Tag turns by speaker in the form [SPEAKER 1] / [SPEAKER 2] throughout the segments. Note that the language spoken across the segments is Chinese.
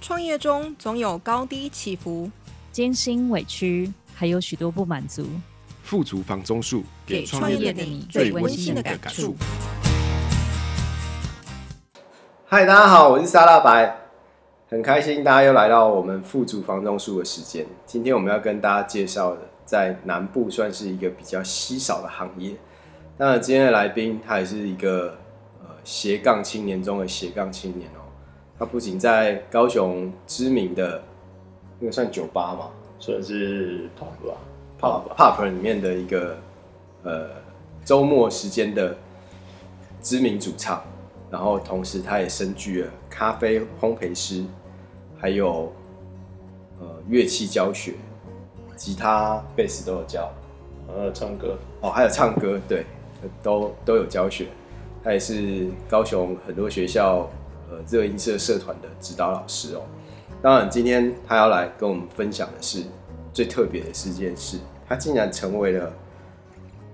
[SPEAKER 1] 创业中总有高低起伏，
[SPEAKER 2] 艰辛委屈，还有许多不满足。
[SPEAKER 3] 富足房中术，
[SPEAKER 1] 给
[SPEAKER 2] 创
[SPEAKER 1] 创
[SPEAKER 2] 业
[SPEAKER 1] 业
[SPEAKER 2] 的
[SPEAKER 1] 的
[SPEAKER 2] 你
[SPEAKER 1] 你
[SPEAKER 2] 最
[SPEAKER 1] 最
[SPEAKER 2] 温
[SPEAKER 1] 温
[SPEAKER 2] 馨
[SPEAKER 1] 馨
[SPEAKER 2] 的
[SPEAKER 1] 的
[SPEAKER 2] 感
[SPEAKER 1] 感
[SPEAKER 2] 触
[SPEAKER 1] 触。
[SPEAKER 4] 嗨，大家好，我是沙拉白，很开心大家又来到我们富足房中术的时间。今天我们要跟大家介绍的，在南部算是一个比较稀少的行业。那今天的来宾，他也是一个呃斜杠青年中的斜杠青年哦。他不仅在高雄知名的那个算酒吧嘛
[SPEAKER 5] 算是 pub 吧，
[SPEAKER 4] ，pub pub 里面的一个呃周末时间的知名主唱，然后同时他也身具了咖啡烘焙师，还有呃乐器教学，吉他、贝斯都有教，
[SPEAKER 5] 然后呃唱歌，
[SPEAKER 4] 哦，还有唱歌，对，都都有教学。他也是高雄很多学校呃热音社社团的指导老师哦。当然，今天他要来跟我们分享的是最特别的是一件事，他竟然成为了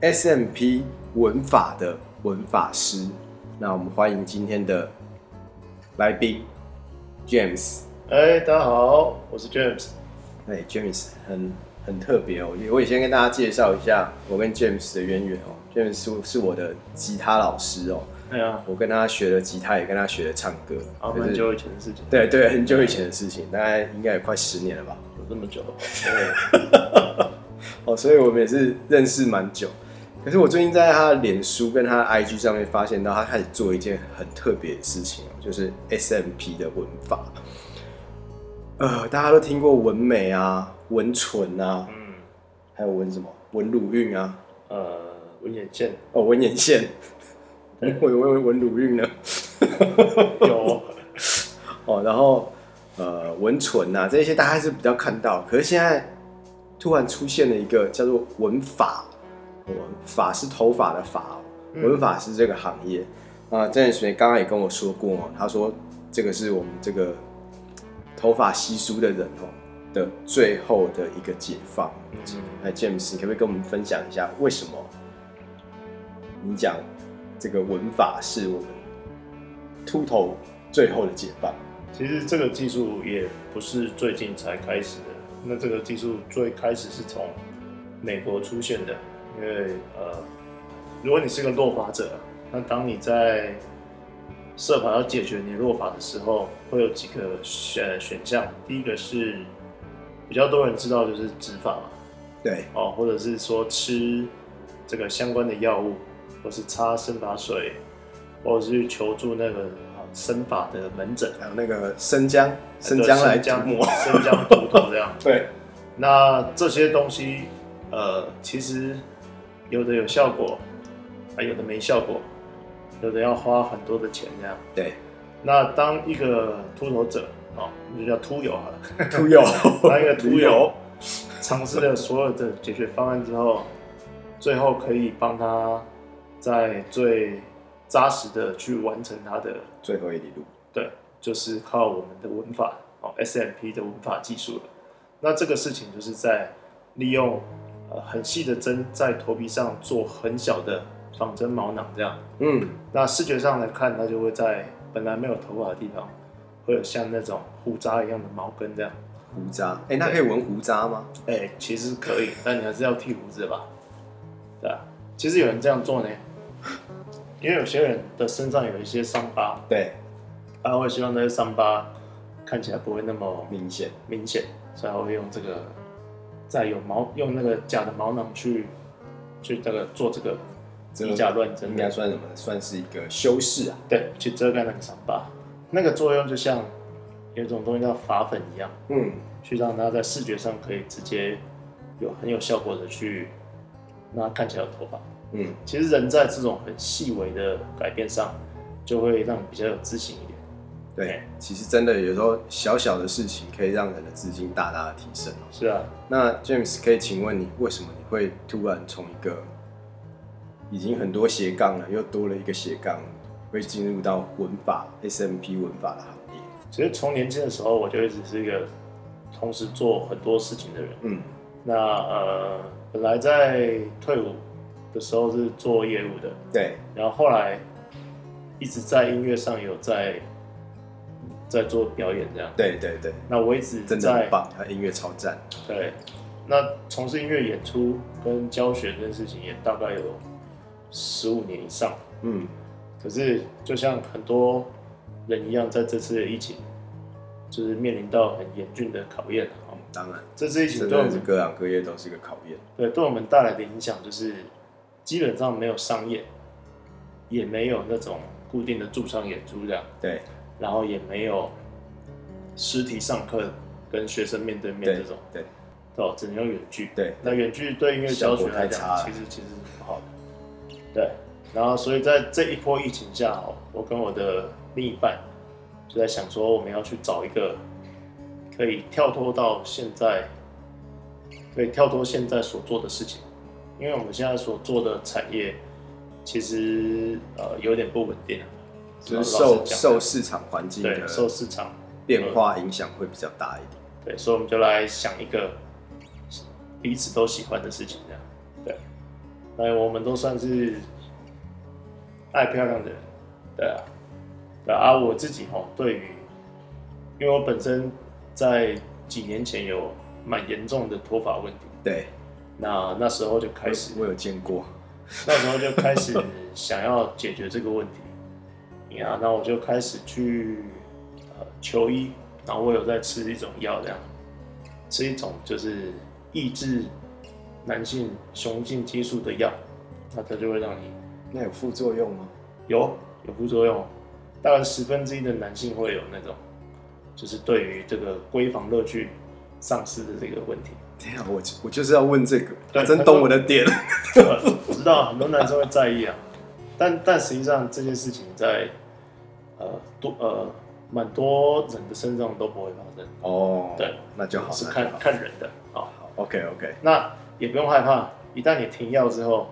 [SPEAKER 4] S M P 文法的文法师。那我们欢迎今天的来宾 James。
[SPEAKER 5] 哎，大家好，我是 James。
[SPEAKER 4] 哎，James 很很特别哦，我也先跟大家介绍一下我跟 James 的渊源哦。James 是是我的吉他老师哦，
[SPEAKER 5] 哎呀，
[SPEAKER 4] 我跟他学了吉他，也跟他学了唱歌。
[SPEAKER 5] 啊，
[SPEAKER 4] 可是
[SPEAKER 5] 蛮久以前的事情，
[SPEAKER 4] 对对，很久以前的事情，大概应该也快十年了吧。
[SPEAKER 5] 有这么久，
[SPEAKER 4] 哦，所以我们也是认识蛮久。可是我最近在他的脸书跟他的 IG 上面发现到，他开始做一件很特别的事情哦，就是 SMP 的文法。呃，大家都听过文美啊、文纯啊，
[SPEAKER 5] 嗯，
[SPEAKER 4] 还有文什么文鲁韵啊，
[SPEAKER 5] 呃，文眼线
[SPEAKER 4] 哦，文眼线， 文文文文鲁韵呢？
[SPEAKER 5] 有，
[SPEAKER 4] 哦，然后呃，文纯啊，这些大家还是比较看到，可是现在突然出现了一个叫做文法，文法是头发的法哦，
[SPEAKER 5] 嗯
[SPEAKER 4] 文法是这个行业啊。郑远水刚刚也跟我说过哦，他说这个是我们这个头发稀疏的人哦的最后的一个解放。
[SPEAKER 5] 嗯，
[SPEAKER 4] 哎，James，你可不可以跟我们分享一下为什么你讲这个文法是我们秃头最后的解放？
[SPEAKER 5] 其实这个技术也不是最近才开始的，那这个技术最开始是从美国出现的，因为呃，如果你是个落法者，那当你在设法要解决你落法的时候，会有几个选选项，第一个是比较多人知道就是植法嘛，
[SPEAKER 4] 对，
[SPEAKER 5] 哦，或者是说吃这个相关的药物，或是擦生发水，或者是求助那个啊生发的门诊。
[SPEAKER 4] 还有那个生姜，生
[SPEAKER 5] 对
[SPEAKER 4] 姜来涂
[SPEAKER 5] 姜
[SPEAKER 4] 抹。
[SPEAKER 5] 生姜涂头这样。
[SPEAKER 4] 对，
[SPEAKER 5] 那这些东西，呃，其实有的有效果，啊，有的没效果，有的要花很多的钱这样。
[SPEAKER 4] 对，
[SPEAKER 5] 那当一个秃头者，哦，我们就叫秃友好了，
[SPEAKER 4] 涂油，
[SPEAKER 5] 当一个秃
[SPEAKER 4] 涂
[SPEAKER 5] 友，尝试了所有的解决方案之后，最后可以帮他在最扎实的去完成他的
[SPEAKER 4] 最后一里路。
[SPEAKER 5] 对，就是靠我们的文法哦，SMP 的文法技术了。那这个事情就是在利用呃很细的针在头皮上做很小的仿真毛囊这样。
[SPEAKER 4] 嗯，
[SPEAKER 5] 那视觉上来看，它就会在本来没有头发的地方，会有像那种胡渣一样的毛根这样。
[SPEAKER 4] 胡渣，哎、那可以闻胡渣吗？
[SPEAKER 5] 哎、其实可以，但你还是要剃胡子吧？对啊，其实有人这样做呢，因为有些人的身上有一些伤疤，
[SPEAKER 4] 对，
[SPEAKER 5] 他会希望那些伤疤看起来不会那么
[SPEAKER 4] 明显。
[SPEAKER 5] 明显，所以他会用这个，再有毛用那个假的毛囊去去这个做这个
[SPEAKER 4] 遮
[SPEAKER 5] 以假乱真
[SPEAKER 4] 应
[SPEAKER 5] 的
[SPEAKER 4] 该，算什么？算是一个修饰啊。
[SPEAKER 5] 对，去遮盖那个伤疤。那个作用就像有一种东西叫发粉一样，
[SPEAKER 4] 嗯，
[SPEAKER 5] 去让它在视觉上可以直接有很有效果的去让它看起来有头发。
[SPEAKER 4] 嗯，
[SPEAKER 5] 其实人在这种很细微的改变上，就会让你比较有自信一点。
[SPEAKER 4] 对
[SPEAKER 5] 对，
[SPEAKER 4] 其实真的有时候小小的事情可以让人的自信大大的提升哦。
[SPEAKER 5] 是啊，
[SPEAKER 4] 那 James，可以请问你为什么你会突然从一个已经很多斜杠了，又多了一个斜杠，会进入到文法 SMP 文法的行业？
[SPEAKER 5] 其实从年轻的时候，我就一直是一个同时做很多事情的人。
[SPEAKER 4] 嗯，
[SPEAKER 5] 那呃，本来在退伍的时候是做业务的，
[SPEAKER 4] 对，
[SPEAKER 5] 然后后来一直在音乐上有在在做表演这样。
[SPEAKER 4] 对对对，
[SPEAKER 5] 那我一直
[SPEAKER 4] 真的
[SPEAKER 5] 在
[SPEAKER 4] 很棒，他音乐超赞。
[SPEAKER 5] 对，那从事音乐演出跟教学这件事情也大概有十五年以上。
[SPEAKER 4] 嗯，
[SPEAKER 5] 可是就像很多人一样，在这次的疫情，就是面临到很严峻的考验啊。
[SPEAKER 4] 当然，
[SPEAKER 5] 这次疫情
[SPEAKER 4] 真
[SPEAKER 5] 对我
[SPEAKER 4] 的是
[SPEAKER 5] 们
[SPEAKER 4] 各行各业都是个考验。
[SPEAKER 5] 对对我们带来的影响就是，基本上没有商业，也没有那种固定的驻唱演出这样，
[SPEAKER 4] 对
[SPEAKER 5] 然后也没有实体上课跟学生面对面
[SPEAKER 4] 对
[SPEAKER 5] 这种，
[SPEAKER 4] 对
[SPEAKER 5] 哦，只能用远距。
[SPEAKER 4] 对
[SPEAKER 5] 那远距对音乐教学
[SPEAKER 4] 效果太
[SPEAKER 5] 来讲
[SPEAKER 4] 差，了
[SPEAKER 5] 其实其实不好的。对，然后所以在这一波疫情下哦，我跟我的另一半就在想说，我们要去找一个可以跳脱到现在，可以跳脱现在所做的事情，因为我们现在所做的产业其实呃有点不稳定啊，
[SPEAKER 4] 就是
[SPEAKER 5] 老
[SPEAKER 4] 受
[SPEAKER 5] 实讲
[SPEAKER 4] 受市场环境
[SPEAKER 5] 对
[SPEAKER 4] 的
[SPEAKER 5] 受市嗯场
[SPEAKER 4] 变化影响会比较大一点。
[SPEAKER 5] 对，所以我们就来想一个彼此都喜欢的事情，这样。对，那我们都算是爱漂亮的人，对啊，对啊。我自己吼，对于，因为我本身在几年前有蛮严重的脱发问题，
[SPEAKER 4] 对，
[SPEAKER 5] 那那时候就开始
[SPEAKER 4] 我，我有见过。
[SPEAKER 5] 那时候就开始想要解决这个问题，呀，那我就开始去呃求医，然后我有在吃一种药，这样吃一种就是抑制男性雄性激素的药，那它就会让你
[SPEAKER 4] 那有副作用吗？
[SPEAKER 5] 有有副作用，大概十分之一的男性会有那种，就是对于这个闺房乐趣丧失的这个问题。
[SPEAKER 4] 天啊，我就我就是要问这个，
[SPEAKER 5] 对
[SPEAKER 4] 他真懂我的点。
[SPEAKER 5] 我知道很多男生会在意啊，但但实际上这件事情在呃多呃蛮多人的身上都不会发生，
[SPEAKER 4] 哦，
[SPEAKER 5] 对，
[SPEAKER 4] 那就好，
[SPEAKER 5] 是
[SPEAKER 4] 那就
[SPEAKER 5] 看
[SPEAKER 4] 好。
[SPEAKER 5] 看人的啊、
[SPEAKER 4] OK OK，
[SPEAKER 5] 那也不用害怕，一旦你停药之后，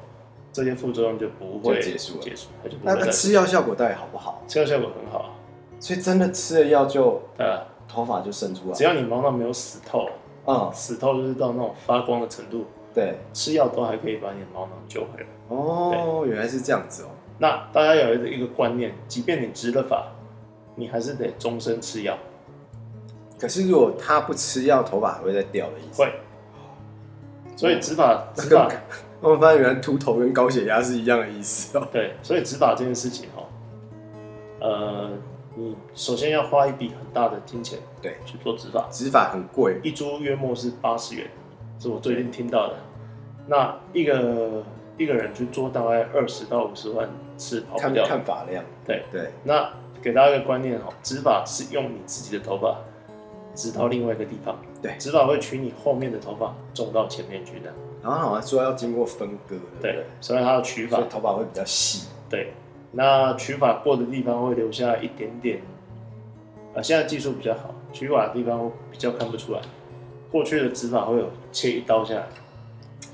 [SPEAKER 5] 这些副作用就不会
[SPEAKER 4] 就结束了
[SPEAKER 5] 结束，它就不
[SPEAKER 4] 那
[SPEAKER 5] 会
[SPEAKER 4] 那
[SPEAKER 5] 再
[SPEAKER 4] 吃药效果到底好不好？
[SPEAKER 5] 吃药效果很好啊，
[SPEAKER 4] 所以真的吃了药就
[SPEAKER 5] 对啊，
[SPEAKER 4] 头发就生出
[SPEAKER 5] 只
[SPEAKER 4] 来。
[SPEAKER 5] 要你毛囊没有死透，
[SPEAKER 4] 嗯，
[SPEAKER 5] 死透就是到那种发光的程度，
[SPEAKER 4] 对。
[SPEAKER 5] 吃药都还可以把你的毛囊救回来。
[SPEAKER 4] 哦，原来是这样子哦。
[SPEAKER 5] 那大家有一个观念，即便你植了发，你还是得终身吃药。
[SPEAKER 4] 可是如果他不吃药，头发还会再掉的意思。
[SPEAKER 5] 会，所以植发
[SPEAKER 4] 哦那
[SPEAKER 5] 植
[SPEAKER 4] 个
[SPEAKER 5] 发
[SPEAKER 4] 我发现原来秃头跟高血压是一样的意思 哦。
[SPEAKER 5] 对，所以植发这件事情哦，呃，你首先要花一笔很大的金钱
[SPEAKER 4] 对
[SPEAKER 5] 去做植发，
[SPEAKER 4] 植发很贵，
[SPEAKER 5] 一株约莫是八十元，是我最近听到的。那一个一个人去做大概二十到五十万是跑
[SPEAKER 4] 看
[SPEAKER 5] 不掉的
[SPEAKER 4] 看。发量。
[SPEAKER 5] 对
[SPEAKER 4] 对，
[SPEAKER 5] 那给大家一个观念哦，植发是用你自己的头发植到另外一个地方，
[SPEAKER 4] 对
[SPEAKER 5] 植发会取你后面的头发种到前面去的，
[SPEAKER 4] 然后好像说要经过分割，对不
[SPEAKER 5] 对
[SPEAKER 4] 对，？
[SPEAKER 5] 所以它的取法
[SPEAKER 4] 所以头发会比较细。
[SPEAKER 5] 对，那取法过的地方会留下一点点，啊，现在技术比较好，取法的地方比较看不出来。过去的指法会有切一刀下来，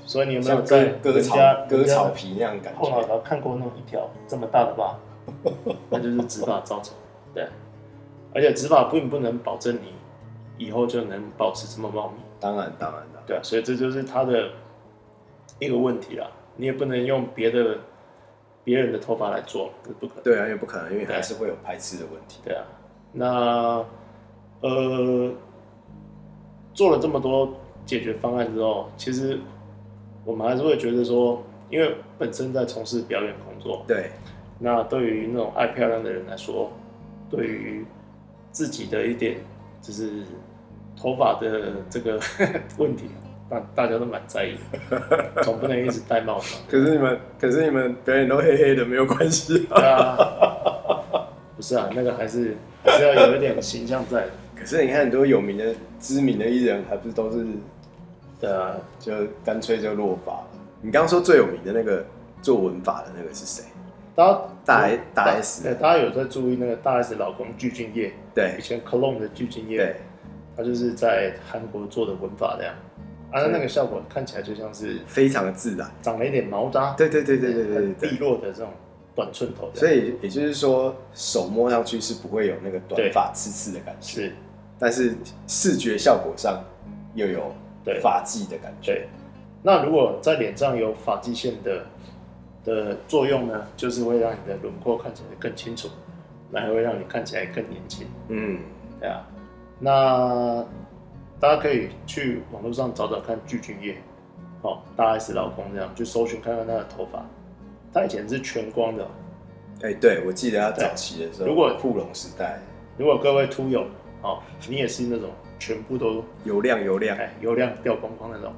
[SPEAKER 5] 所以你有没有
[SPEAKER 4] 像
[SPEAKER 5] 在
[SPEAKER 4] 割割
[SPEAKER 5] 人
[SPEAKER 4] 草
[SPEAKER 5] 家
[SPEAKER 4] 割
[SPEAKER 5] 人家
[SPEAKER 4] 草皮那样的感
[SPEAKER 5] 后脑
[SPEAKER 4] 觉？
[SPEAKER 5] 勺看过那种一条这么大的 疤，那就是指法造成的。对，而且指法并不能保证你以后就能保持这么茂密。
[SPEAKER 4] 当然当然的。
[SPEAKER 5] 对啊，所以这就是他的一个问题啦。你也不能用别的别人的头发来做，这不可能。
[SPEAKER 4] 对啊，因为不可能，因为
[SPEAKER 5] 对
[SPEAKER 4] 还是会有排斥的问题。
[SPEAKER 5] 对啊，那呃，做了这么多解决方案之后，其实我们还是会觉得说，因为本身在从事表演工作，
[SPEAKER 4] 对，
[SPEAKER 5] 那对于那种爱漂亮的人来说，对于自己的一点就是头发的这个 问题，那大家都蛮在意的，总不能一直戴帽子嘛。
[SPEAKER 4] 可是你们，可是你们表演都黑黑的，没有关系啊。
[SPEAKER 5] 对啊，不是啊，那个还是还是要有一点形象在的。
[SPEAKER 4] 可是你看很多有名的、知名的艺人，还不是都是
[SPEAKER 5] 对啊，
[SPEAKER 4] 就干脆就落发了？你刚刚说最有名的那个做文法的那个是谁？
[SPEAKER 5] 大家
[SPEAKER 4] 大 S 大
[SPEAKER 5] 对，
[SPEAKER 4] S
[SPEAKER 5] 大家有在注意那个大 S 老公具俊晔，以
[SPEAKER 4] 对
[SPEAKER 5] 前 Cologne 的具俊晔
[SPEAKER 4] 对，
[SPEAKER 5] 他就是在韩国做的文法这样，啊，那那个效果看起来就像是
[SPEAKER 4] 非常的自然。
[SPEAKER 5] 长了一点毛渣，
[SPEAKER 4] 对对对对对对
[SPEAKER 5] 很利
[SPEAKER 4] 对。
[SPEAKER 5] 落的这种短寸头这
[SPEAKER 4] 所
[SPEAKER 5] 样，
[SPEAKER 4] 以也就是说，手摸上去是不会有那个短发刺刺的感觉，
[SPEAKER 5] 是，
[SPEAKER 4] 但是视觉效果上又有
[SPEAKER 5] 对
[SPEAKER 4] 发髻的感觉。
[SPEAKER 5] 对。那如果在脸上有发际线的的作用呢，就是会让你的轮廓看起来更清楚，那还会让你看起来更年轻。
[SPEAKER 4] 嗯，
[SPEAKER 5] 对啊，那大家可以去网络上找找看具俊晔，哦，大 S 老公这样去搜寻看看他的头发，他以前是全光的哦。
[SPEAKER 4] 哎、对，我记得他早期的时候，
[SPEAKER 5] 如果
[SPEAKER 4] 库龙时代
[SPEAKER 5] 如果各位秃友，哦，你也是那种全部都
[SPEAKER 4] 油亮油亮，
[SPEAKER 5] 哎油亮掉光光那种，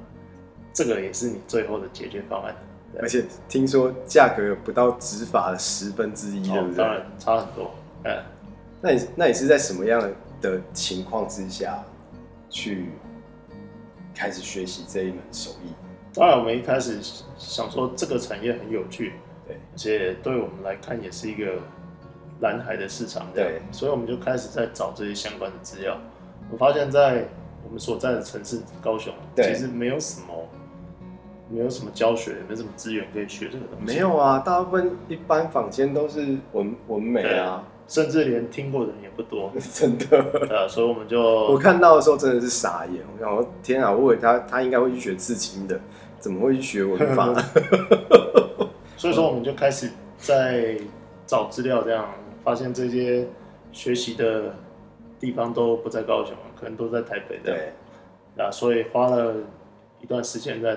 [SPEAKER 5] 这个也是你最后的解决方案。对
[SPEAKER 4] 而且听说价格不到执法的十分之一，对
[SPEAKER 5] 哦
[SPEAKER 4] 不，对
[SPEAKER 5] 当？然差很多。哎，
[SPEAKER 4] 那你那你是在什么样的情况之下去开始学习这一门手艺？
[SPEAKER 5] 当然我们一开始想说这个产业很有趣，
[SPEAKER 4] 对，
[SPEAKER 5] 而且对我们来看也是一个蓝海的市场，这样
[SPEAKER 4] 对
[SPEAKER 5] 所以我们就开始在找这些相关的资料。我发现，在我们所在的城市高雄，
[SPEAKER 4] 对
[SPEAKER 5] 其实没有什么，没有什么教学，没什么资源可以学这个东西，
[SPEAKER 4] 没有，啊，大部分一般坊间都是文文美
[SPEAKER 5] 对
[SPEAKER 4] 啊，
[SPEAKER 5] 啊，甚至连听过的人也不多
[SPEAKER 4] 真的。
[SPEAKER 5] 对啊，所以我们
[SPEAKER 4] 我
[SPEAKER 5] 就
[SPEAKER 4] 看到的时候真的是傻眼，我想说天啊，我以为他他应该会去学刺青的，怎么会去学文 法？
[SPEAKER 5] 所以说我们就开始在找资料，这样发现这些学习的地方都不在高雄，可能都在台北这样。
[SPEAKER 4] 对，
[SPEAKER 5] 啊，所以花了一段时间在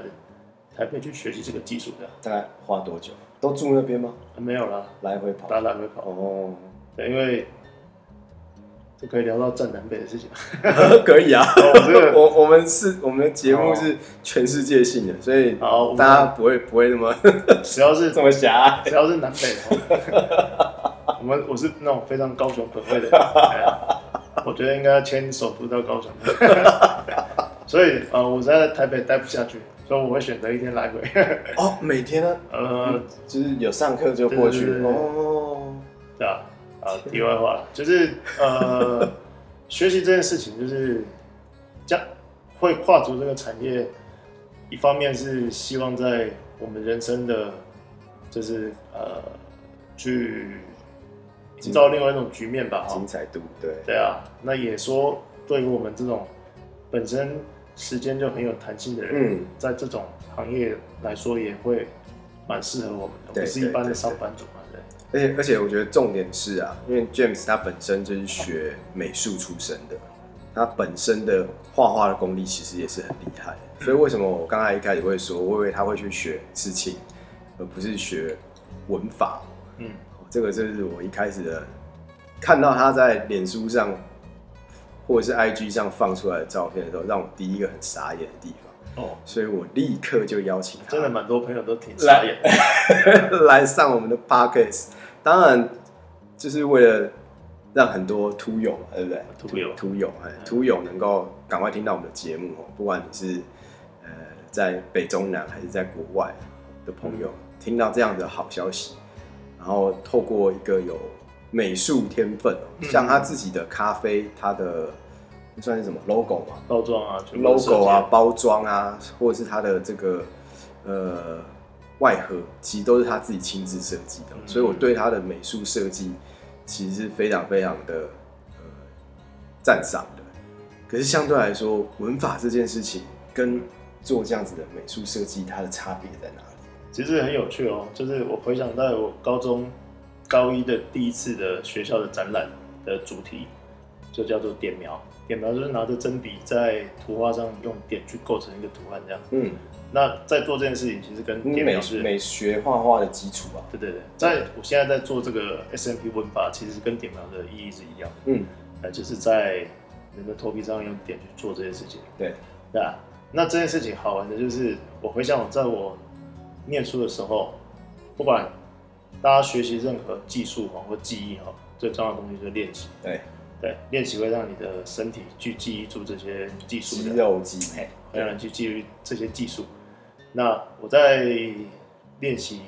[SPEAKER 5] 台北去学习这个技术的、
[SPEAKER 4] 大概花多久？都住那边吗？
[SPEAKER 5] 啊没有啦，
[SPEAKER 4] 来回跑？
[SPEAKER 5] 大家来回跑，
[SPEAKER 4] 哦，
[SPEAKER 5] 对，因为这可以聊到站南北的事情。
[SPEAKER 4] 可以啊。
[SPEAKER 5] 哦 这个
[SPEAKER 4] 我我们是我们的节目是全世界性的，所以
[SPEAKER 5] 好，我们
[SPEAKER 4] 大家不会不会那 么
[SPEAKER 5] 只要是
[SPEAKER 4] 这么狭隘。
[SPEAKER 5] 只要是南北的话，我们我是那种非常高雄本位的人，哎呀我觉得应该牵手步到高雄。所以呃，我在台北待不下去，所以我会选择一天来回。
[SPEAKER 4] 哦，每天呢，
[SPEAKER 5] 呃，
[SPEAKER 4] 嗯就是有上课就过去
[SPEAKER 5] 对对对对
[SPEAKER 4] 哦。
[SPEAKER 5] 对啊，啊，题外话了，就是 呃，学习这件事情就是这样会跨足这个产业，一方面是希望在我们人生的，就是呃，去营造另外一种局面吧，哈
[SPEAKER 4] 精，彩度对，
[SPEAKER 5] 对啊，那也说对于我们这种本身时间就很有弹性的人，
[SPEAKER 4] 嗯，
[SPEAKER 5] 在这种行业来说也会蛮适合我们的，
[SPEAKER 4] 对
[SPEAKER 5] 不是一般
[SPEAKER 4] 对
[SPEAKER 5] 的
[SPEAKER 4] 对
[SPEAKER 5] 上班族嘛，对。
[SPEAKER 4] 而且而且我觉得重点是啊，因为 James 他本身就是学美术出身的，他本身的画画的功力其实也是很厉害，所以为什么我刚才一开始会说，我以为他会去学刺青，而不是学文法，
[SPEAKER 5] 嗯，
[SPEAKER 4] 哦这个就是我一开始的看到他在脸书上或者是 IG 上放出来的照片的时候，让我第一个很傻眼的地方，
[SPEAKER 5] 哦，
[SPEAKER 4] 所以我立刻就邀请他，
[SPEAKER 5] 真的蛮多朋友都挺傻眼的。
[SPEAKER 4] 来上我们的 podcast。当然，就是为了让很多秃友嘛，对不对？
[SPEAKER 5] 秃友嗯
[SPEAKER 4] 秃友，哎，秃友能够赶快听到我们的节目哦。不管你是呃在北中南还是在国外的朋友，
[SPEAKER 5] 嗯
[SPEAKER 4] 听到这样的好消息，然后透过一个有美术天分哦，
[SPEAKER 5] 嗯
[SPEAKER 4] 像他自己的咖啡，他的那算是什么 logo 嘛？
[SPEAKER 5] 包装啊全部都是
[SPEAKER 4] logo 啊
[SPEAKER 5] 设、
[SPEAKER 4] 包装啊，或者是它的这个呃外盒，其实都是他自己亲自设计的，
[SPEAKER 5] 嗯
[SPEAKER 4] 所以我对他的美术设计其实是非常非常的呃赞赏的。可是相对来说，文法这件事情跟做这样子的美术设计，它的差别在哪里？
[SPEAKER 5] 计，其实很有趣哦。就是我回想到我高中高一的第一次的学校的展览的主题，就叫做点描。点描就是拿着针笔在图画上用点去构成一个图案这样。
[SPEAKER 4] 嗯，
[SPEAKER 5] 那在做这件事情，其实跟点
[SPEAKER 4] 美
[SPEAKER 5] 描是
[SPEAKER 4] 美学画画的基础啊，
[SPEAKER 5] 对对对，在我现在在做这个 SMP 文法，其实跟点描的意义是一样的，
[SPEAKER 4] 嗯，
[SPEAKER 5] 呃，就是在人的头皮上用点去做这些事情。
[SPEAKER 4] 对，
[SPEAKER 5] 对啊，那这件事情好玩的就是，我回想我在我念书的时候，不管大家学习任何技术哈或记忆哈，最重要的东西就是练习。
[SPEAKER 4] 对，
[SPEAKER 5] 对，练习会让你的身体去记忆住这些技术
[SPEAKER 4] 肌
[SPEAKER 5] 的，哎
[SPEAKER 4] 肉记忆，
[SPEAKER 5] 会让你去记忆这些技术。那我在练习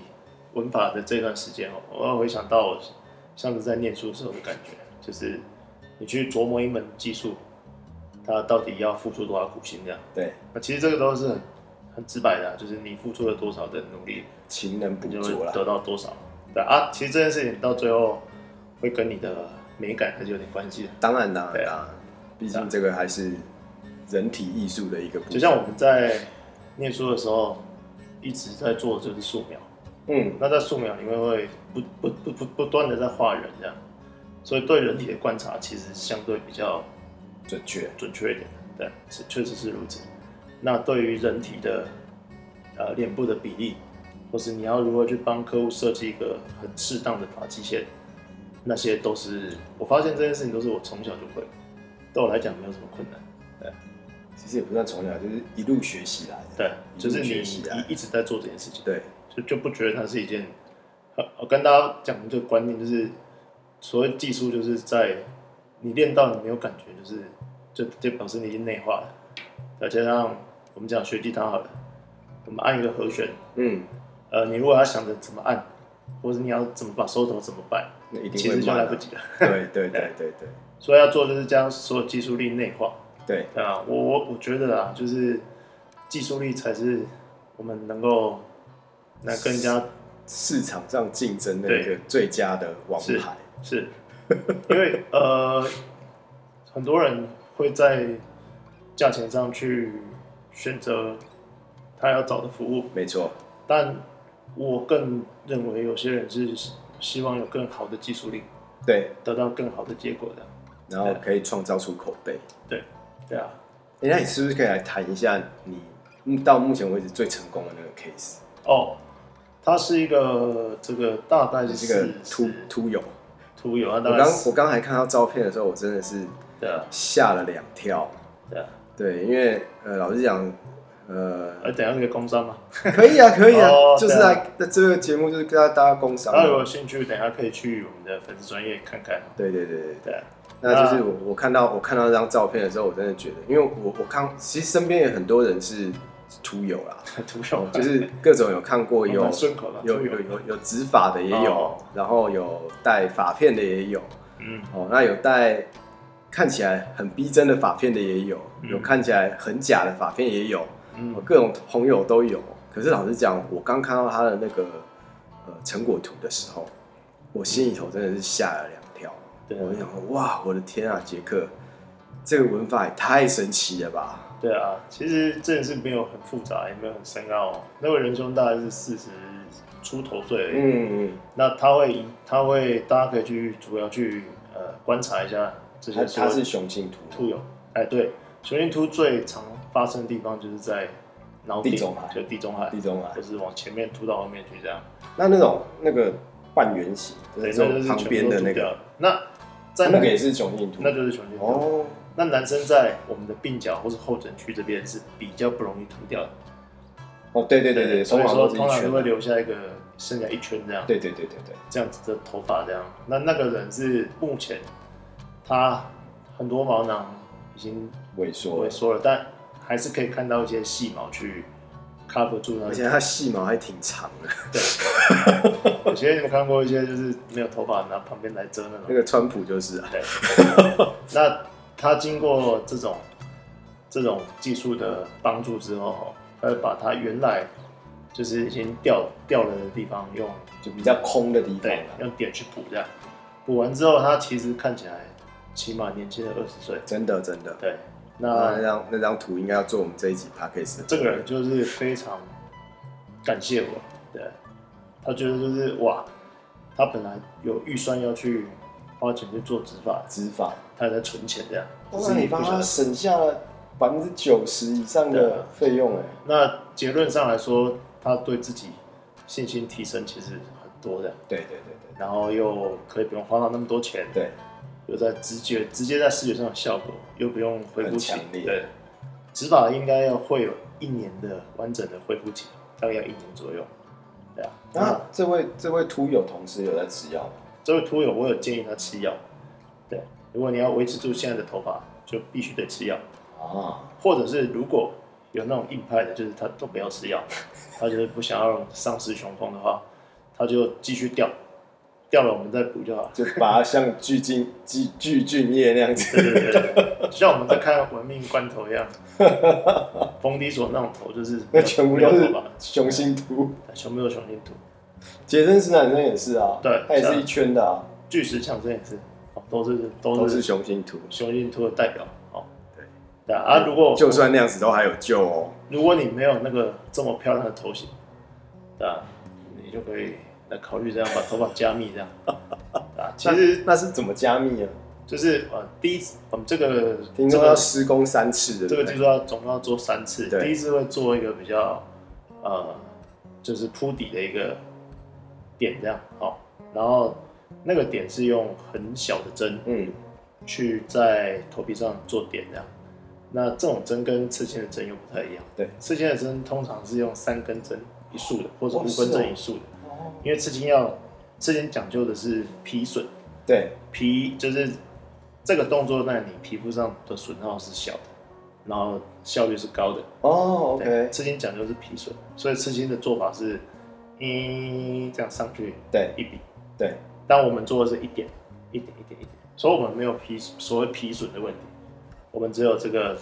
[SPEAKER 5] 文法的这段时间哦，我要回想到我像是在念书的时候的感觉，就是你去琢磨一门技术，它到底要付出多少苦心这样。
[SPEAKER 4] 对，
[SPEAKER 5] 那啊其实这个都是很很直白的啊、就是你付出了多少的努力，
[SPEAKER 4] 勤能补
[SPEAKER 5] 你就
[SPEAKER 4] 拙
[SPEAKER 5] 会
[SPEAKER 4] 啦，
[SPEAKER 5] 得到多少。对啊，其实这件事情到最后会跟你的美感还是有点关系的。
[SPEAKER 4] 当然当然
[SPEAKER 5] 对啊
[SPEAKER 4] 当然，毕竟这个还是人体艺术的一个部分。
[SPEAKER 5] 就像我们在念书的时候一直在做的就是素描，
[SPEAKER 4] 嗯，
[SPEAKER 5] 那在素描里面会不不不不不断的在画人这样，所以对人体的观察其实相对比较
[SPEAKER 4] 准确。
[SPEAKER 5] 准确一点，对，是确实是如此。那对于人体的呃脸部的比例，或是你要如何去帮客户设计一个很适当的发际线，那些都是我发现这件事情都是我从小就会，对我来讲没有什么困难。
[SPEAKER 4] 其实也不算从小，就是一路学习来的。
[SPEAKER 5] 对，就是你
[SPEAKER 4] 学习啊
[SPEAKER 5] 一一直在做这件事情，
[SPEAKER 4] 对，
[SPEAKER 5] 就就不觉得它是一件。呃我跟大家讲这个观念，就是所谓技术，就是在你练到你没有感觉，就是就就表示你已经内化了。再加上我们讲学吉他好了，我们按一个和弦，
[SPEAKER 4] 嗯，
[SPEAKER 5] 呃，你如果要想着怎么按，或者你要怎么把手头怎么摆，
[SPEAKER 4] 那一
[SPEAKER 5] 其
[SPEAKER 4] 定会
[SPEAKER 5] 实就
[SPEAKER 4] 慢
[SPEAKER 5] 来
[SPEAKER 4] 啊
[SPEAKER 5] 不及了。
[SPEAKER 4] 对对对对对
[SPEAKER 5] 所以要做就是将所有技术力内化。
[SPEAKER 4] 对，
[SPEAKER 5] 对啊，我我我觉得啊，就是技术力才是我们能够来跟人家
[SPEAKER 4] 市场上竞争的一个最佳的王
[SPEAKER 5] 是
[SPEAKER 4] 牌。
[SPEAKER 5] 是，因为呃，很多人会在价钱上去选择他要找的服务，
[SPEAKER 4] 没错，
[SPEAKER 5] 但我更认为有些人是希望有更好的技术力，
[SPEAKER 4] 对，
[SPEAKER 5] 得到更好的结果的。
[SPEAKER 4] 然后可以创造出口碑。
[SPEAKER 5] 对啊，
[SPEAKER 4] 哎，那你是不是可以来谈一下你嗯到目前为止最成功的那个 case？
[SPEAKER 5] 哦，它是一个这个大概
[SPEAKER 4] 你
[SPEAKER 5] 是
[SPEAKER 4] 是个秃
[SPEAKER 5] 40
[SPEAKER 4] 秃友。
[SPEAKER 5] 秃友啊，
[SPEAKER 4] 我
[SPEAKER 5] 大概
[SPEAKER 4] 刚
[SPEAKER 5] 是
[SPEAKER 4] 我刚才看到照片的时候，我真的是
[SPEAKER 5] 对啊
[SPEAKER 4] 吓了两跳。
[SPEAKER 5] 对啊，
[SPEAKER 4] 对，因为呃，老实讲，呃，
[SPEAKER 5] 呃，等一下那个工商嘛，
[SPEAKER 4] 可以啊，可以啊，
[SPEAKER 5] 哦
[SPEAKER 4] 就是
[SPEAKER 5] 对啊哎
[SPEAKER 4] 来那这个节目就是跟大家工商
[SPEAKER 5] 大家如
[SPEAKER 4] 嘛。
[SPEAKER 5] 果有兴趣，等一下可以去我们的粉丝专业看看。
[SPEAKER 4] 对对对对，
[SPEAKER 5] 对啊，
[SPEAKER 4] 那就是我我看到我看到这张照片的时候，我真的觉得，因为我我看其实身边有很多人是秃友啦，
[SPEAKER 5] 秃友
[SPEAKER 4] 就是各种有看过有
[SPEAKER 5] 哦蛮顺口的啊
[SPEAKER 4] 有
[SPEAKER 5] 秃友
[SPEAKER 4] 有有有植发的也有
[SPEAKER 5] 哦，
[SPEAKER 4] 然后有戴发片的也有，
[SPEAKER 5] 嗯，
[SPEAKER 4] 哦，那有戴看起来很逼真的发片的也有，
[SPEAKER 5] 嗯
[SPEAKER 4] 有看起来很假的发片也有，
[SPEAKER 5] 嗯
[SPEAKER 4] 我各种朋友都有。可是老实讲，我刚看到他的那个呃成果图的时候，我心里头真的是吓了两跳。
[SPEAKER 5] 对啊
[SPEAKER 4] 我就想说，哇，我的天啊，杰克，这个文法也太神奇了吧！
[SPEAKER 5] 对啊，其实这件事没有很复杂，也没有很深奥、那位仁兄大概是四十出头岁而已，
[SPEAKER 4] 嗯，
[SPEAKER 5] 那他会以他会大家可以去主要去呃观察一下这
[SPEAKER 4] 他
[SPEAKER 5] 些所
[SPEAKER 4] 他
[SPEAKER 5] 谓
[SPEAKER 4] 是雄性秃
[SPEAKER 5] 秃，友，哎对，雄性秃最常发生的地方就是在脑顶
[SPEAKER 4] 地中海
[SPEAKER 5] 就地中海，
[SPEAKER 4] 地中海
[SPEAKER 5] 就，是往前面秃到后面去这样。
[SPEAKER 4] 那那种那个半圆形，
[SPEAKER 5] 对，
[SPEAKER 4] 这
[SPEAKER 5] 那
[SPEAKER 4] 种
[SPEAKER 5] 就是
[SPEAKER 4] 旁边的那
[SPEAKER 5] 全部都秃掉
[SPEAKER 4] 个，啊
[SPEAKER 5] 了。那在
[SPEAKER 4] 那个也是雄性秃，
[SPEAKER 5] 那就是雄性秃。
[SPEAKER 4] 哦，
[SPEAKER 5] 那男生在我们的鬓角或是后枕区这边是比较不容易秃掉的。
[SPEAKER 4] 哦，对对对对，
[SPEAKER 5] 所
[SPEAKER 4] 通
[SPEAKER 5] 以
[SPEAKER 4] 常
[SPEAKER 5] 说
[SPEAKER 4] 都是
[SPEAKER 5] 通
[SPEAKER 4] 一
[SPEAKER 5] 常
[SPEAKER 4] 圈
[SPEAKER 5] 都会
[SPEAKER 4] 的，
[SPEAKER 5] 留下一个剩下一圈这样，
[SPEAKER 4] 对对对对对，
[SPEAKER 5] 这样子的头发这样。那那个人是目前他很多毛囊已经
[SPEAKER 4] 萎缩了
[SPEAKER 5] 萎，缩了，但还是可以看到一些细毛去 cover 住他
[SPEAKER 4] 而
[SPEAKER 5] 的。
[SPEAKER 4] 且它细毛还挺长的。
[SPEAKER 5] 有些你们看过一些就是没有头发，然后旁边来遮那种
[SPEAKER 4] 那。个川普就是啊，
[SPEAKER 5] 对，那他经过这种这种技术的帮助之后哦，他会把他原来就是已经掉掉了的地方用
[SPEAKER 4] 就比较空的地方
[SPEAKER 5] 对
[SPEAKER 4] 啊
[SPEAKER 5] 用点去补这样，补完之后他其实看起来起码年轻了二十岁。
[SPEAKER 4] 真的真的。
[SPEAKER 5] 对，
[SPEAKER 4] 那那
[SPEAKER 5] 那
[SPEAKER 4] 张那张图应该要做我们这一集 p a c k a g e
[SPEAKER 5] 这个人就是非常感谢我，对他觉得就是哇，他本来有预算要去花钱去做植发，
[SPEAKER 4] 执法，
[SPEAKER 5] 他还在存钱这样，只
[SPEAKER 4] 哇，
[SPEAKER 5] 是
[SPEAKER 4] 你
[SPEAKER 5] 不
[SPEAKER 4] 帮
[SPEAKER 5] 晓
[SPEAKER 4] 他
[SPEAKER 5] 得
[SPEAKER 4] 省下了百分之九十以上
[SPEAKER 5] 对
[SPEAKER 4] 的
[SPEAKER 5] 啊
[SPEAKER 4] 费用哎，
[SPEAKER 5] 那结论上来说，他对自己信心提升其实很多的，
[SPEAKER 4] 对对对
[SPEAKER 5] 然后又可以不用花到那么多钱，
[SPEAKER 4] 对，
[SPEAKER 5] 又在直觉直接在视觉上的效果，又不用恢复期
[SPEAKER 4] 很强，烈
[SPEAKER 5] 对，植发应该要会有一年的完整的恢复期，大概要一年左右，对啊。
[SPEAKER 4] 对。
[SPEAKER 5] 那
[SPEAKER 4] 那这位这位秃友同时有在吃药吗？
[SPEAKER 5] 这位秃友，我有建议他吃药，对，如果你要维持住现在的头发，就必须得吃药。
[SPEAKER 4] 啊，
[SPEAKER 5] 或者是如果有那种硬派的，就是他都不要吃药， 他就是不想要丧失雄风的话，他就继续掉，掉了我们再补就好了。
[SPEAKER 4] 就把它像聚精 聚聚俊业那样 子，
[SPEAKER 5] 对对对对，就像我们在看《文命关头》一样，冯迪索那种头就是
[SPEAKER 4] 那全部都
[SPEAKER 5] 没有
[SPEAKER 4] 是
[SPEAKER 5] 头发
[SPEAKER 4] 雄性秃。
[SPEAKER 5] 全部都是雄性秃，
[SPEAKER 4] 杰森斯坦森也是啊，
[SPEAKER 5] 对
[SPEAKER 4] 他也
[SPEAKER 5] 是
[SPEAKER 4] 是
[SPEAKER 5] 啊
[SPEAKER 4] 一圈的啊，
[SPEAKER 5] 巨石强森也是，哦，都是都
[SPEAKER 4] 都是啊
[SPEAKER 5] 是
[SPEAKER 4] 雄性秃，
[SPEAKER 5] 雄性秃的代表哦。对啊，如果
[SPEAKER 4] 就算那样子都还有救哦。
[SPEAKER 5] 如果你没有那个这么漂亮的头型，啊，你就可以来考虑这样把头发加密这样，啊， 啦。
[SPEAKER 4] 其实那是怎么加密啊？
[SPEAKER 5] 就是呃，第一次我们这个
[SPEAKER 4] 听
[SPEAKER 5] 这
[SPEAKER 4] 说要
[SPEAKER 5] 个
[SPEAKER 4] 施工三次，
[SPEAKER 5] 这
[SPEAKER 4] 对
[SPEAKER 5] 个
[SPEAKER 4] 不
[SPEAKER 5] 技
[SPEAKER 4] 对
[SPEAKER 5] 术要总共要做三次，
[SPEAKER 4] 对
[SPEAKER 5] 第一次会做一个比较呃，就是铺底的一个点这样哦，然后那个点是用很小的针
[SPEAKER 4] 嗯，
[SPEAKER 5] 去在头皮上做点这样。那这种针跟刺青的针又不太一样，
[SPEAKER 4] 对，
[SPEAKER 5] 刺青的针通常是用三根针一束的，或者
[SPEAKER 4] 哦
[SPEAKER 5] 五根
[SPEAKER 4] 是哦
[SPEAKER 5] 针一束的，因为刺青要刺青讲究的是皮损，
[SPEAKER 4] 对，
[SPEAKER 5] 皮就是这个动作在你皮肤上的损耗是小的，然后效率是高的。
[SPEAKER 4] 哦
[SPEAKER 5] 对
[SPEAKER 4] ，OK，
[SPEAKER 5] 刺青讲究是皮损，所以刺青的做法是，一这样上去
[SPEAKER 4] 对
[SPEAKER 5] 一笔，
[SPEAKER 4] 对，
[SPEAKER 5] 但我们做的是一点一点一点一点，所以我们没有皮所谓皮损的问题，我们只有这个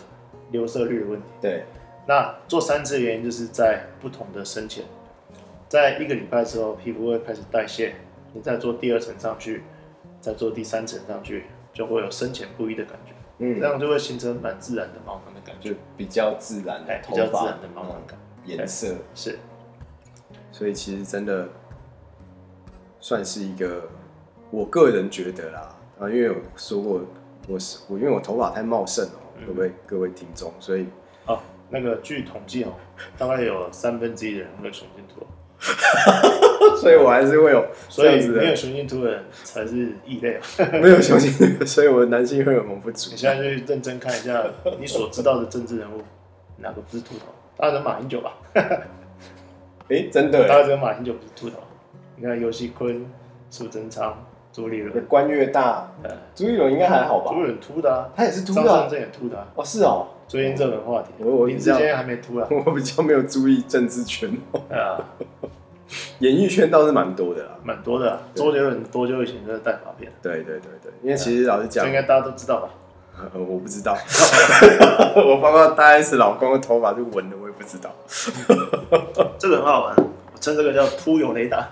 [SPEAKER 5] 流射率的问题。
[SPEAKER 4] 对，
[SPEAKER 5] 那做三次的原因就是在不同的深浅，在一个礼拜之后，皮肤会开始代谢，你再做第二层上去，再做第三层上去，就会有深浅不一的感觉，
[SPEAKER 4] 嗯
[SPEAKER 5] 这，样就会形成蛮自然的毛囊的感觉
[SPEAKER 4] 就，比较自然的
[SPEAKER 5] 哎，
[SPEAKER 4] 头
[SPEAKER 5] 比较
[SPEAKER 4] 发嗯
[SPEAKER 5] 自然的毛囊感。
[SPEAKER 4] 颜色，
[SPEAKER 5] 是，
[SPEAKER 4] 所以其实真的算是一个，我个人觉得啦，啊，因为我说过，我是我因为我头发太茂盛了、
[SPEAKER 5] 嗯
[SPEAKER 4] 各位各位听众，所 以
[SPEAKER 5] 哦，那个据统计哦，大概有三分之一的人会有雄性秃，
[SPEAKER 4] 所以我还是会有
[SPEAKER 5] 所
[SPEAKER 4] 这样
[SPEAKER 5] 以
[SPEAKER 4] 子
[SPEAKER 5] 没有
[SPEAKER 4] 的，
[SPEAKER 5] 雄性秃的人才是异类哦。
[SPEAKER 4] 没有雄性，所以我的男性荷尔蒙不足
[SPEAKER 5] 你。现在就认真看一 下你所知道的政治人物，哪个不是秃头？当然马英九吧。
[SPEAKER 4] 哎、真的、
[SPEAKER 5] 大家
[SPEAKER 4] 欸，
[SPEAKER 5] 知道马英九不是秃头，你看尤熙坤、苏贞昌、朱立伦，
[SPEAKER 4] 官越大，
[SPEAKER 5] 呃，
[SPEAKER 4] 朱一龙应该还好吧
[SPEAKER 5] 朱？立伦秃的啊，
[SPEAKER 4] 他也是秃的
[SPEAKER 5] 张
[SPEAKER 4] 啊
[SPEAKER 5] 善政也秃的啊，
[SPEAKER 4] 哦，是哦，
[SPEAKER 5] 昨天热门话题，
[SPEAKER 4] 我我
[SPEAKER 5] 林志坚还没秃 啊，
[SPEAKER 4] 我比较没有注意政治圈 哦，
[SPEAKER 5] 呃，
[SPEAKER 4] 演艺圈倒是蛮多的啦。
[SPEAKER 5] 蛮多的啊，周杰伦多久以前就是戴发片，啊
[SPEAKER 4] 对对对对，因为其实老实
[SPEAKER 5] 这
[SPEAKER 4] 讲
[SPEAKER 5] 应，该大家都知道吧？
[SPEAKER 4] 呃我不知道， 我包括大 S 老公的头发是纹的，我也不知道。
[SPEAKER 5] 这个很好玩，我称这个叫秃有雷达，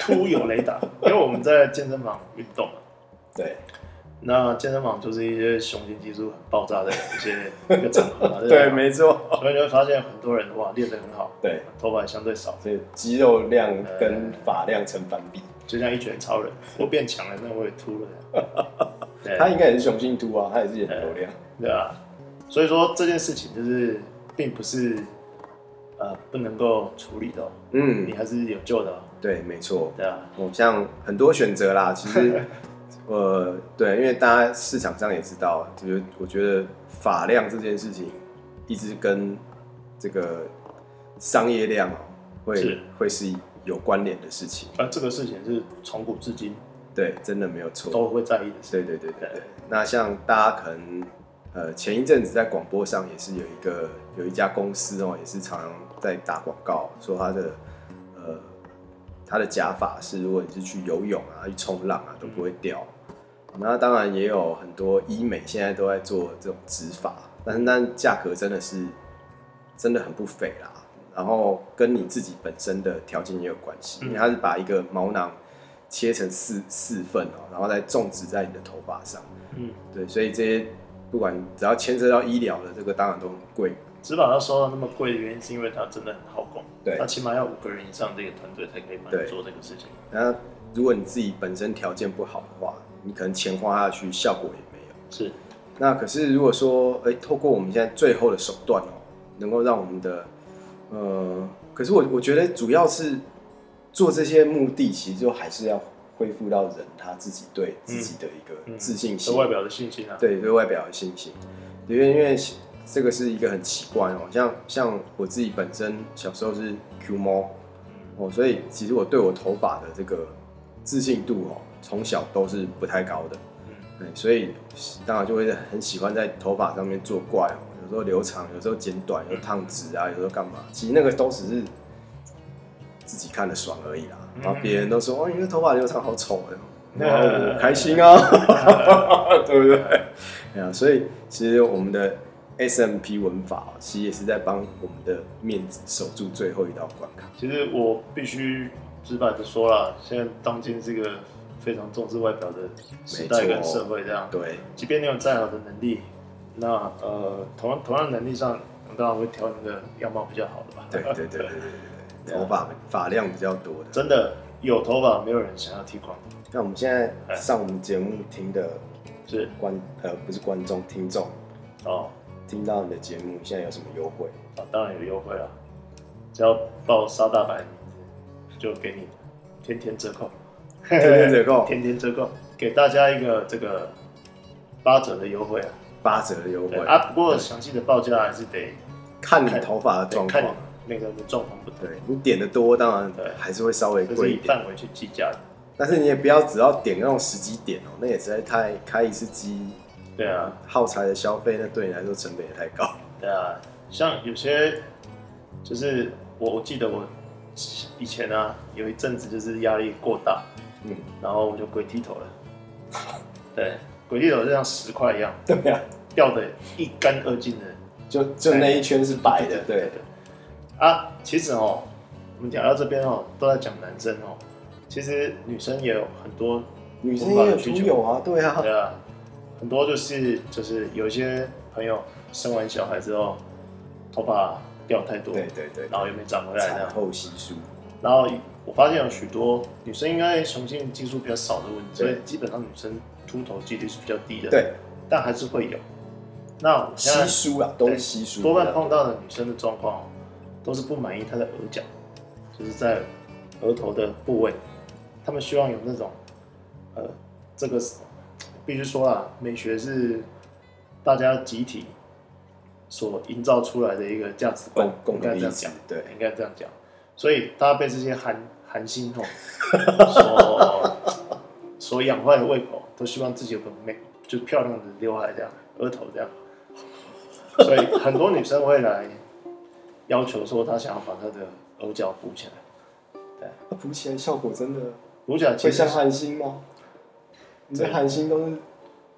[SPEAKER 5] 秃有雷达，因为我们在健身房运动嘛，
[SPEAKER 4] 对，
[SPEAKER 5] 那健身房就是一些雄性激素很爆炸的一 些一个场合嘛，对
[SPEAKER 4] 对，啊
[SPEAKER 5] 吧，
[SPEAKER 4] 没错，
[SPEAKER 5] 所以你会发现很多人哇练得很好，
[SPEAKER 4] 对，
[SPEAKER 5] 头发也相对少。
[SPEAKER 4] 所以肌肉量跟发量成反比。
[SPEAKER 5] 就像一拳超人，我变强了，那我也秃了。 对
[SPEAKER 4] 他应该也是雄性秃啊，他也是眼流量。
[SPEAKER 5] 对啊，所以说这件事情就是并不是呃不能够处理的、哦，你
[SPEAKER 4] 嗯，
[SPEAKER 5] 还是有救的、哦。
[SPEAKER 4] 对，没错。
[SPEAKER 5] 对啊，
[SPEAKER 4] 哦，像很多选择啦，其 实，呃，对，因为大家市场上也知道，就是我觉得发量这件事情，一直跟这个商业量哦，会
[SPEAKER 5] 是
[SPEAKER 4] 会是有关联的事情。
[SPEAKER 5] 那这个事情是从古至今
[SPEAKER 4] 对，真的没有错。
[SPEAKER 5] 都会在意的事。
[SPEAKER 4] 对对对对对。那像大家可能呃前一阵子在广播上也是有一个有一家公司哦，也是常常在打广告，说它的呃它的假发是如果你是去游泳啊、去冲浪啊都不会掉。那当然也有很多医美现在都在做这种植发，但是那价格真的是真的很不菲啦。然后跟你自己本身的条件也有关系，因为它是把一个毛囊切成四四份哦，然后再种植在你的头发上。
[SPEAKER 5] 嗯，
[SPEAKER 4] 对，所以这些不管只要牵涉到医疗的，这个当然都很贵。
[SPEAKER 5] 只把它收到那么贵的原因，是因为它真的很好供，
[SPEAKER 4] 对
[SPEAKER 5] 它起码要五个人以上这个团队才可以帮
[SPEAKER 4] 对
[SPEAKER 5] 你做这个事情。
[SPEAKER 4] 然后如果你自己本身条件不好的话，你可能钱花下去效果也没有。
[SPEAKER 5] 是，
[SPEAKER 4] 那可是如果说，哎、透过我们现在最后的手段哦，能够让我们的，呃，可是我我觉得主要是做这些目的，其实就还是要恢复到人他自己对自己的一个
[SPEAKER 5] 嗯
[SPEAKER 4] 自信
[SPEAKER 5] 这
[SPEAKER 4] 心，
[SPEAKER 5] 外表的信心啊。，
[SPEAKER 4] 对对外表的信心，因为因为这个是一个很奇怪哦，像像我自己本身小时候是 Q 猫哦，所以其实我对我头发的这个自信度哦，从小都是不太高的，
[SPEAKER 5] 嗯
[SPEAKER 4] 对，所以当然就会很喜欢在头发上面做怪哦，有时候留长，有时候剪短，有时候烫直啊，有时候干嘛，其实那个都只是自己看的爽而已啦，然后别人都说哦，你的头发留长好丑哎，然后我开心啊， 对不对？哎呀，所以其实我们的 S M P 文法哦其实也是在帮我们的面子守住最后一道关卡。
[SPEAKER 5] 其实我必须直白的说啦，现在当今是一个非常重视外表的时代
[SPEAKER 4] 没错
[SPEAKER 5] 跟社会，这样，
[SPEAKER 4] 对，
[SPEAKER 5] 即便你有再好的能力，那呃同样同样能力上，当然会挑那个样貌比较好的吧。
[SPEAKER 4] 对对对对对对对，头发发量比较多的，
[SPEAKER 5] 真的，有头发没有人想要剃光头，
[SPEAKER 4] 那我们现在上我们节目听的
[SPEAKER 5] 是
[SPEAKER 4] 观呃不是观众听众，
[SPEAKER 5] 哦，
[SPEAKER 4] 听到你的节目现在有什么优 惠？
[SPEAKER 5] 啊当然有优惠啦，只要报沙大白的名字就给你天天折扣，天
[SPEAKER 4] 天天折扣
[SPEAKER 5] 天天折扣，给大家一个这个八折的优惠啊。
[SPEAKER 4] 八折的优惠
[SPEAKER 5] 对啊，不过详细的报价还是得
[SPEAKER 4] 看你头发的
[SPEAKER 5] 得
[SPEAKER 4] 状
[SPEAKER 5] 看
[SPEAKER 4] 况。
[SPEAKER 5] 每个人的状况不同，
[SPEAKER 4] 对你点的多，当然
[SPEAKER 5] 对
[SPEAKER 4] 还是会稍微
[SPEAKER 5] 这
[SPEAKER 4] 贵
[SPEAKER 5] 是以
[SPEAKER 4] 一点，
[SPEAKER 5] 范围去计价的。
[SPEAKER 4] 但是你也不要只要点那种十几点哦，那也实在太开一次机，
[SPEAKER 5] 对啊，
[SPEAKER 4] 耗材的消费，那对你来说成本也太高。
[SPEAKER 5] 对啊，像有些就是我我记得我以前啊有一阵子就是压力过大，
[SPEAKER 4] 嗯，
[SPEAKER 5] 然后我就鬼剃头 了。对，鬼剃头就像石块一样
[SPEAKER 4] 对啊，
[SPEAKER 5] 掉的一干二净的，
[SPEAKER 4] 就就那一圈是白的，对，
[SPEAKER 5] 啊，其实哦，我们讲到这边哦，都在讲男生哦，其实女生也有很多
[SPEAKER 4] 女生
[SPEAKER 5] 生也
[SPEAKER 4] 也有
[SPEAKER 5] 有
[SPEAKER 4] 独
[SPEAKER 5] 独
[SPEAKER 4] 有
[SPEAKER 5] 有
[SPEAKER 4] 啊，对啊，
[SPEAKER 5] 对啊，很多就是就是有一些朋友生完小孩之后，头发掉太多，
[SPEAKER 4] 对对对，哦
[SPEAKER 5] 然后又没长回来那
[SPEAKER 4] 产
[SPEAKER 5] 样。
[SPEAKER 4] 后稀疏，
[SPEAKER 5] 然后我发现有许多女生应该雄性激素比较少的问题，
[SPEAKER 4] 对
[SPEAKER 5] 所以基本上女生秃头几率是比较低的。，
[SPEAKER 4] 对，
[SPEAKER 5] 但还是会有。那我现
[SPEAKER 4] 稀
[SPEAKER 5] 在
[SPEAKER 4] 疏啊，都是稀疏，
[SPEAKER 5] 多半碰到的女生的状况哦，都是不满意她的额角，就是在额头的部位，她们希望有那种，呃，这个是必须说啦，美学是大家集体所营造出来的一个价值观
[SPEAKER 4] 共，共
[SPEAKER 5] 应该
[SPEAKER 4] 同
[SPEAKER 5] 这
[SPEAKER 4] 意
[SPEAKER 5] 样
[SPEAKER 4] 识
[SPEAKER 5] 讲，，
[SPEAKER 4] 对，
[SPEAKER 5] 应该这样讲。所以大家被这些韩韩星 吼哦所所养坏的胃口，都希望自己有个美，就漂亮的刘海这样，额头这样。所以很多女生会来要求说，她想要把她的额角补起来，
[SPEAKER 4] 那补起来效果真的
[SPEAKER 5] 补起来
[SPEAKER 4] 会
[SPEAKER 5] 其实
[SPEAKER 4] 像韩星吗？你这韩星都是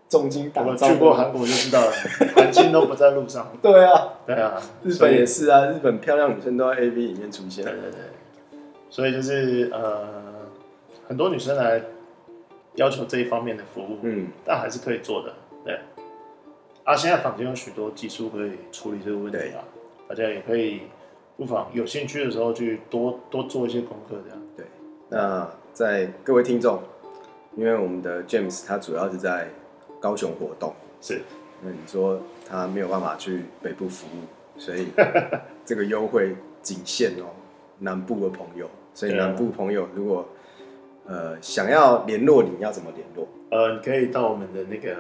[SPEAKER 4] 重金打
[SPEAKER 5] 我们
[SPEAKER 4] 造
[SPEAKER 5] 去
[SPEAKER 4] 的，
[SPEAKER 5] 过韩国就知道了，韩星都不在路上。
[SPEAKER 4] 对啊，
[SPEAKER 5] 对啊，
[SPEAKER 4] 日
[SPEAKER 5] 所
[SPEAKER 4] 本
[SPEAKER 5] 以
[SPEAKER 4] 也是啊，日本漂亮女生都在 AV 里面出现
[SPEAKER 5] 对，对对，所以就是呃，很多女生来要求这一方面的服务，
[SPEAKER 4] 嗯，
[SPEAKER 5] 但还是可以做的。对，啊，现在坊间有许多技术可以处理这个问题啊，大家也可以不妨有兴趣的时候去多多做一些功课，这样。
[SPEAKER 4] 对。那在各位听众，因为我们的 James 他主要是在高雄活动，
[SPEAKER 5] 是，
[SPEAKER 4] 那你说他没有办法去北部服务， 所以这个优惠仅限哦南部的朋友，所以
[SPEAKER 5] 对啊
[SPEAKER 4] 南部朋友如果呃想要联络你，要怎么联络？
[SPEAKER 5] 呃，你可以到我们的那个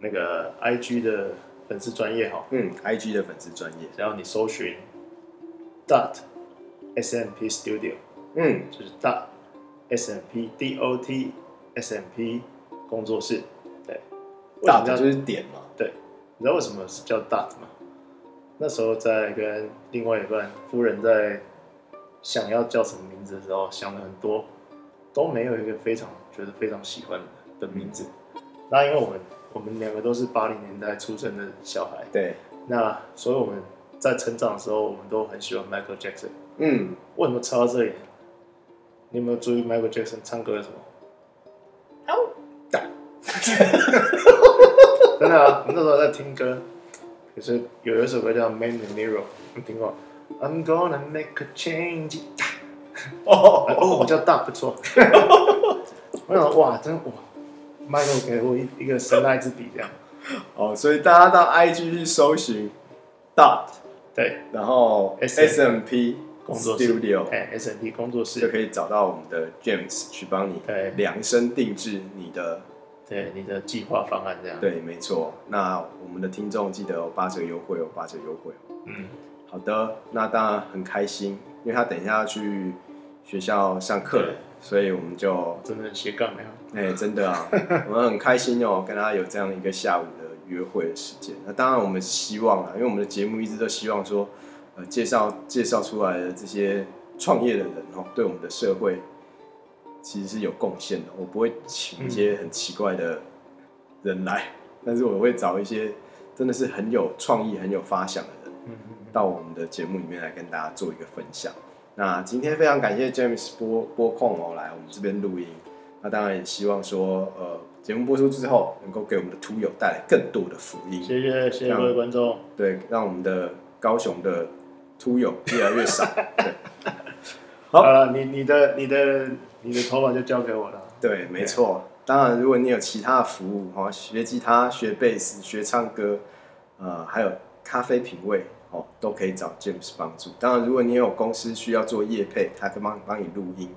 [SPEAKER 5] 那个 IG 的粉丝专业哈，
[SPEAKER 4] 嗯，IG 的粉丝专业，
[SPEAKER 5] 只要你搜寻 dot SMP Studio，
[SPEAKER 4] 嗯，
[SPEAKER 5] 就是 dot SMP D O T SMP 工作室。对，
[SPEAKER 4] 大
[SPEAKER 5] 为什么叫
[SPEAKER 4] 的就是点嘛，
[SPEAKER 5] 对，你知道为什么是叫 dot 吗？那时候在跟另外一半夫人在想要叫什么名字的时候，想了很多，都没有一个非常觉得非常喜欢的名字。那因为我们我们两个都是八零年代出生的小孩，
[SPEAKER 4] 对，
[SPEAKER 5] 那所以我们在成长的时候，我们都很喜欢 Michael Jackson。
[SPEAKER 4] 嗯，
[SPEAKER 5] 为什么扯到这里？你有没有注意 Michael Jackson 唱歌的什么？ 真的啊，我那时候在听歌，可是有一首歌叫《Man in the Mirror》，你听过？I'm gonna make a change。哦哦，我叫大不错。我想哇，真的哇，Michael 给我一一个神来之笔这样。
[SPEAKER 4] 哦，所以大家到 IG 去搜寻 dot，
[SPEAKER 5] 对，
[SPEAKER 4] 然后 S M P
[SPEAKER 5] 工作室
[SPEAKER 4] Studio
[SPEAKER 5] 哎，S N P 工作室
[SPEAKER 4] 就可以找到我们的 James 去帮你
[SPEAKER 5] 对
[SPEAKER 4] 量身定制你的。
[SPEAKER 5] 对你的计划方案这样。，
[SPEAKER 4] 对，没错。那我们的听众记得哦，八折优惠哦，八折优惠哦。
[SPEAKER 5] 嗯，
[SPEAKER 4] 好的，那当然很开心，因为他等一下要去学校上课了
[SPEAKER 5] 对，
[SPEAKER 4] 所以我们就
[SPEAKER 5] 真的很斜杠没有？
[SPEAKER 4] 哎、真的啊，我们很开心哦，跟他有这样一个下午的约会的时间。那当然，我们希望啊，因为我们的节目一直都希望说，呃，介绍介绍出来的这些创业的人哦，对我们的社会其实是有贡献的。我不会请一些很奇怪的人来，但是我会找一些真的是很有创意、很有发想的人。
[SPEAKER 5] 嗯，
[SPEAKER 4] 到我们的节目里面来跟大家做一个分享。那今天非常感谢 James 播播控哦来我们这边录音，那当然也希望说呃节目播出之后能够给我们的秃友带来更多的福音，
[SPEAKER 5] 谢谢谢谢各位观众，
[SPEAKER 4] 对，让我们的高雄的秃友越来越少。对，好
[SPEAKER 5] 啊，你你的你的你的头发就交给我了。
[SPEAKER 4] 对，没错。当然，如果你有其他的服务，哦，学吉他、学贝斯、学唱歌，呃，还有咖啡品味，哦，都可以找 James 帮助。当然，如果你有公司需要做业配，他可以帮帮你录音，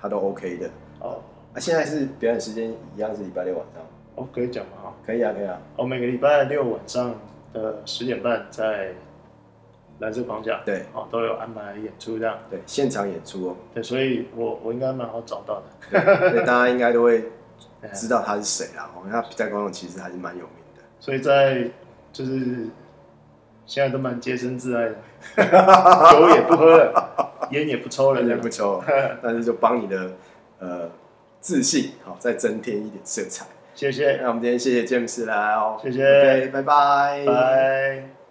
[SPEAKER 4] 他都 OK 的。
[SPEAKER 5] 哦，
[SPEAKER 4] 啊，现在是表演时间一样是礼拜六晚上，
[SPEAKER 5] 哦，可以讲吗？哈，
[SPEAKER 4] 可以啊，可以啊。
[SPEAKER 5] 我每个礼拜六晚上的十点半在蓝色框架，
[SPEAKER 4] 对
[SPEAKER 5] 哦，都有安排演出这样。
[SPEAKER 4] 对，现场演出哦，
[SPEAKER 5] 对，所以我我应该蛮好找到的。
[SPEAKER 4] 对，大家应该都会
[SPEAKER 5] 哎
[SPEAKER 4] 知道他是谁啦。哦，因为他在观众其实还是蛮有名的。
[SPEAKER 5] 所以在就是现在都蛮洁身自 爱的，酒也不喝了，烟也不抽了，
[SPEAKER 4] 当
[SPEAKER 5] 这
[SPEAKER 4] 然
[SPEAKER 5] 样
[SPEAKER 4] 不错，但是就帮你的呃自信好、再增添一点色彩。
[SPEAKER 5] 谢谢，
[SPEAKER 4] 那我们今天谢谢詹姆斯来哦，
[SPEAKER 5] 谢谢
[SPEAKER 4] OK，拜拜，
[SPEAKER 5] 拜。